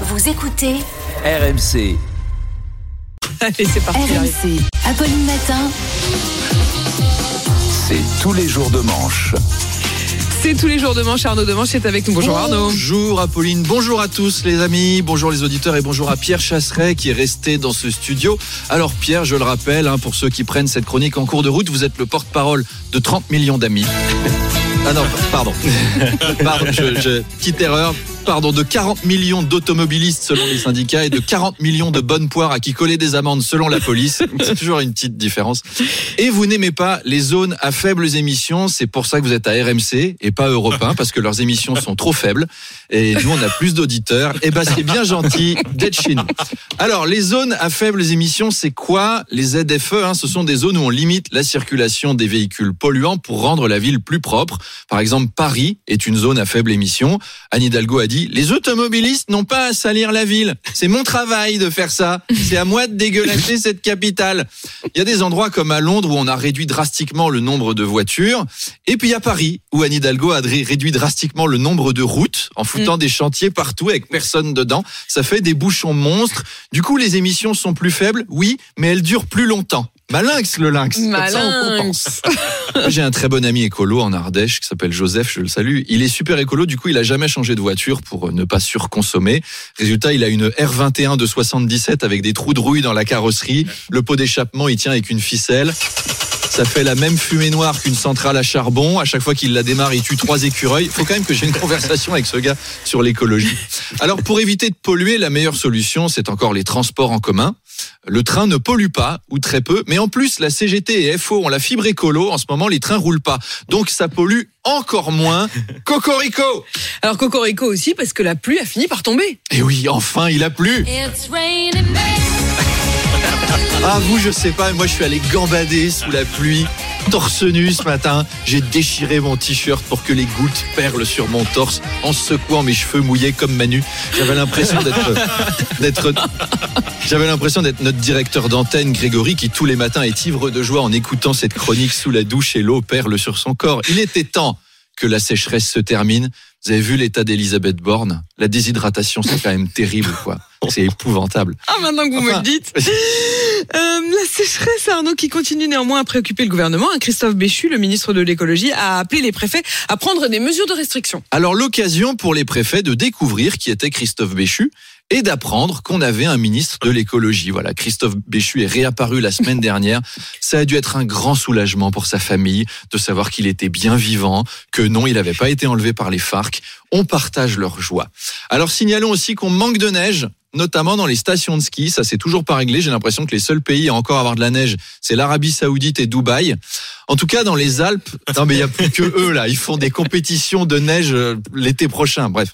Vous écoutez RMC. Allez, c'est parti. RMC. Apolline Matin. C'est tous les jours de manche. C'est tous les jours de manche. Arnaud Demanche est avec nous. Bonjour Arnaud. Bonjour Apolline, bonjour à tous les amis, bonjour les auditeurs et bonjour à Pierre Chasseret qui est resté dans ce studio. Alors Pierre, je le rappelle, hein, pour ceux qui prennent cette chronique en cours de route, vous êtes le porte-parole de 30 millions d'amis. Ah non, pardon. Pardon, je- je- petite erreur. Pardon, de 40 millions d'automobilistes selon les syndicats et de 40 millions de bonnes poires à qui coller des amendes selon la police. C'est toujours une petite différence. Et vous n'aimez pas les zones à faibles émissions. C'est pour ça que vous êtes à RMC et pas Europe 1 parce que leurs émissions sont trop faibles. Et nous, on a plus d'auditeurs. Et ben, c'est bien gentil d'être chez nous. Alors, les zones à faibles émissions, c'est quoi Les ZFE, hein, ce sont des zones où on limite la circulation des véhicules polluants pour rendre la ville plus propre. Par exemple, Paris est une zone à faible émission. Anne Hidalgo a dit Les automobilistes n'ont pas à salir la ville. C'est mon travail de faire ça. C'est à moi de dégueulasser cette capitale. Il y a des endroits comme à Londres où on a réduit drastiquement le nombre de voitures. Et puis il y a Paris où Anne Hidalgo a ré- réduit drastiquement le nombre de routes en foutant des chantiers partout avec personne dedans. Ça fait des bouchons monstres. Du coup, les émissions sont plus faibles, oui, mais elles durent plus longtemps. Malinx le lynx. Comme ça, on Malin. compense. J'ai un très bon ami écolo en Ardèche qui s'appelle Joseph, je le salue. Il est super écolo, du coup, il a jamais changé de voiture pour euh, ne pas surconsommer. Résultat, il a une R21 de 77 avec des trous de rouille dans la carrosserie. Le pot d'échappement, il tient avec une ficelle. Ça fait la même fumée noire qu'une centrale à charbon. À chaque fois qu'il la démarre, il tue trois écureuils. Faut quand même que j'ai une conversation avec ce gars sur l'écologie. Alors, pour éviter de polluer, la meilleure solution, c'est encore les transports en commun. Le train ne pollue pas, ou très peu, mais en plus, la CGT et FO ont la fibre écolo. En ce moment, les trains roulent pas. Donc, ça pollue encore moins. Cocorico! Alors Cocorico aussi parce que la pluie a fini par tomber. Et oui, enfin, il a plu! Ah vous, je sais pas, moi je suis allé gambader sous la pluie, torse nu ce matin. J'ai déchiré mon t-shirt pour que les gouttes perlent sur mon torse en secouant mes cheveux mouillés comme Manu. J'avais l'impression d'être euh, d'être j'avais l'impression d'être notre directeur d'antenne Grégory qui tous les matins est ivre de joie en écoutant cette chronique sous la douche et l'eau perle sur son corps. Il était temps que la sécheresse se termine. Vous avez vu l'état d'Elisabeth Borne La déshydratation, c'est quand même terrible quoi. C'est épouvantable. Ah maintenant que vous me Enfin. le dites. Euh, la sécheresse Arnaud qui continue néanmoins à préoccuper le gouvernement. hein, Christophe Béchu, le ministre de l'écologie, a appelé les préfets à prendre des mesures de restriction. Alors l'occasion pour les préfets de découvrir qui était Christophe Béchu et d'apprendre qu'on avait un ministre de l'écologie. Voilà, Christophe Béchu est réapparu la semaine dernière. Ça a dû être un grand soulagement pour sa famille de savoir qu'il était bien vivant, que non, il n'avait pas été enlevé par les FARC. On partage leur joie. Alors signalons aussi qu'on manque de neige notamment dans les stations de ski, ça c'est toujours pas réglé, j'ai l'impression que les seuls pays à encore avoir de la neige, c'est l'Arabie Saoudite et Dubaï. En tout cas, dans les Alpes, non mais il y a plus que eux là, ils font des compétitions de neige euh, l'été prochain. Bref,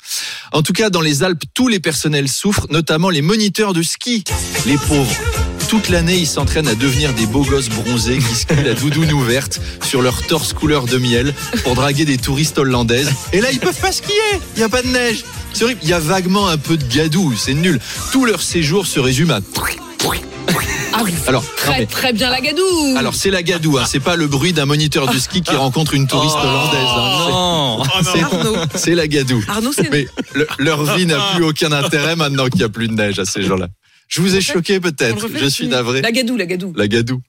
en tout cas dans les Alpes, tous les personnels souffrent, notamment les moniteurs de ski, les pauvres. Toute l'année, ils s'entraînent à devenir des beaux gosses bronzés qui skient la doudoune ouverte sur leur torse couleur de miel pour draguer des touristes hollandaises. Et là, ils peuvent pas skier, il y a pas de neige. C'est horrible, il y a vaguement un peu de gadou, c'est nul. Tout leur séjour se résume à Ah oui. Alors, non, Très mais- très bien la gadoue. alors c'est la gadoue, hein, c'est pas le bruit d'un moniteur de ski qui rencontre une touriste hollandaise. hein. C'est- Non c'est- Arnaud. C'est la gadoue. Arnaud c'est Mais le- leur vie n'a plus aucun intérêt maintenant qu'il n'y a plus de neige à ces gens-là. Je vous ai choqué On peut-être, le refait je suis navré. la gadoue, la gadoue. La gadoue.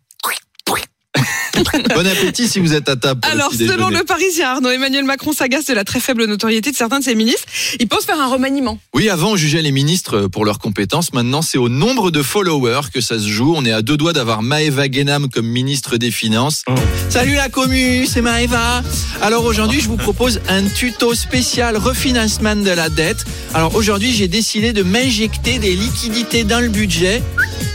Bon appétit si vous êtes à table. pour le Alors, petit selon déjeuner. le Parisien, Arnaud Emmanuel Macron s'agace de la très faible notoriété de certains de ses ministres. Il pense faire un remaniement. Oui, avant, on jugeait les ministres euh, pour leurs compétences. Maintenant, c'est au nombre de followers que ça se joue. On est à deux doigts d'avoir Maëva Guénam comme ministre des Finances. Salut la commu, c'est Maëva. Alors aujourd'hui, je vous propose un tuto spécial refinancement de la dette. Alors aujourd'hui, j'ai décidé de m'injecter des liquidités dans le budget.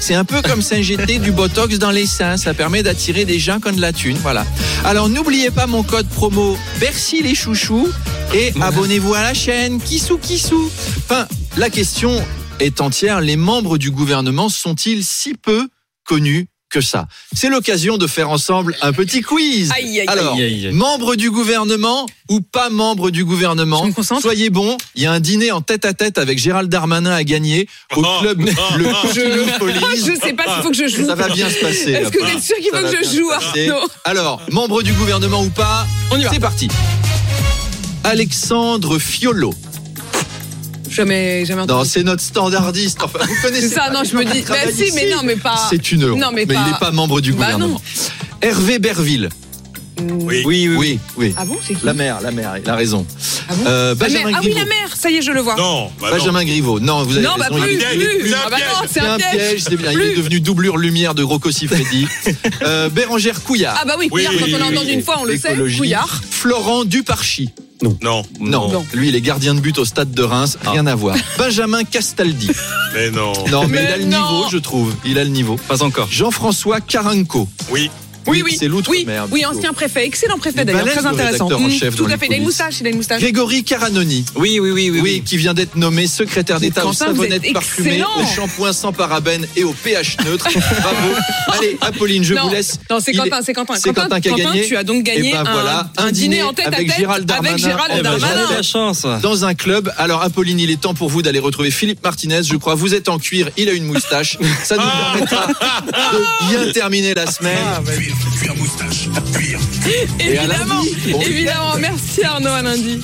C'est un peu comme s'injecter du Botox dans les seins. Ça permet d'attirer des gens qui ont de la thune. Voilà. Alors n'oubliez pas mon code promo Bercy les chouchous et abonnez-vous à la chaîne Kissou Kissou. Enfin, la question est entière. Les membres du gouvernement sont-ils si peu connus que ça C'est l'occasion de faire ensemble un petit quiz. Aïe, aïe, aïe. Alors, membre du gouvernement ou pas membre du gouvernement Je me concentre. Soyez bon, il y a un dîner en tête-à-tête avec Gérald Darmanin à gagner au Oh. club Oh. Le Oh. Coquillopolis. Je sais pas s'il faut que je joue. Ça va bien se passer. Est-ce que vous là-bas. êtes sûr qu'il Ça faut va que bien je joue, se passer. Arnaud Alors, membre du gouvernement ou pas, On y va. c'est parti. Alexandre Fiolo. Jamais, jamais entendu. Non, c'est notre standardiste. Enfin, vous connaissez C'est ça, pas non, les je gens me qui dis, travaillent bah si, ici. mais non, mais pas. C'est une euro. Non, mais mais pas- il n'est pas membre du Bah gouvernement. non. Hervé Berville. Oui. Oui, oui, oui. Ah bon, c'est qui La mère, la mère, il a raison. Ah bon La Euh, mère. Benjamin Ah oui, Griveaux. la mère, ça y est, je le vois. Non, bah non. Benjamin Griveaux. Non, vous avez Non, bah raison. plus, il est- il est- plus. il est un Ah bah non, piège. c'est un piège. c'est bien. Il Plus. est devenu doublure lumière de Rocco Siffredi. euh, Bérangère Couillard. Ah bah oui, Oui, Couillard, oui, quand on l'a oui, entendu oui. une fois, on le sait. Écologie. Couillard. Florent Duparchy. Non, Non. Non. lui il est gardien de but au stade de Reims, rien à voir. Benjamin Castaldi. mais non. Non, mais, Mais il a le non. niveau, je trouve. Il a le niveau. Pas encore. Jean-François Caranco. Oui, Oui, oui. C'est oui, l'outre-mer. oui, ancien préfet, excellent préfet Il est d'ailleurs, balèze, très le intéressant. rédacteur en Mmh, chef tout dans à les fait, il a une coulisses. moustache, il a une moustache. Grégory Caranoni. Oui, oui, oui, oui. Oui, oui. qui vient d'être nommé secrétaire d'État Mais aux enfin, vous savonnettes êtes parfumées, excellent. aux shampoings sans parabènes et au pH neutre. Bravo. Allez, Apolline, je non, vous laisse. non, c'est Il Quentin, est- c'est Quentin. C'est Quentin qui a gagné. tu as donc gagné Eh ben un, voilà, un dîner en tête à avec tête Gérald Darmanin. avec Gérald Eh ben, J'ai Darmanin. Gérald de la chance. Dans un club. Alors, Apolline, il est temps pour vous d'aller retrouver Philippe Martinez. Je crois vous êtes en cuir, il a une moustache. Ça nous permettra de bien terminer la semaine. Évidemment, lundi. Bon évidemment. Merci Arnaud, à lundi.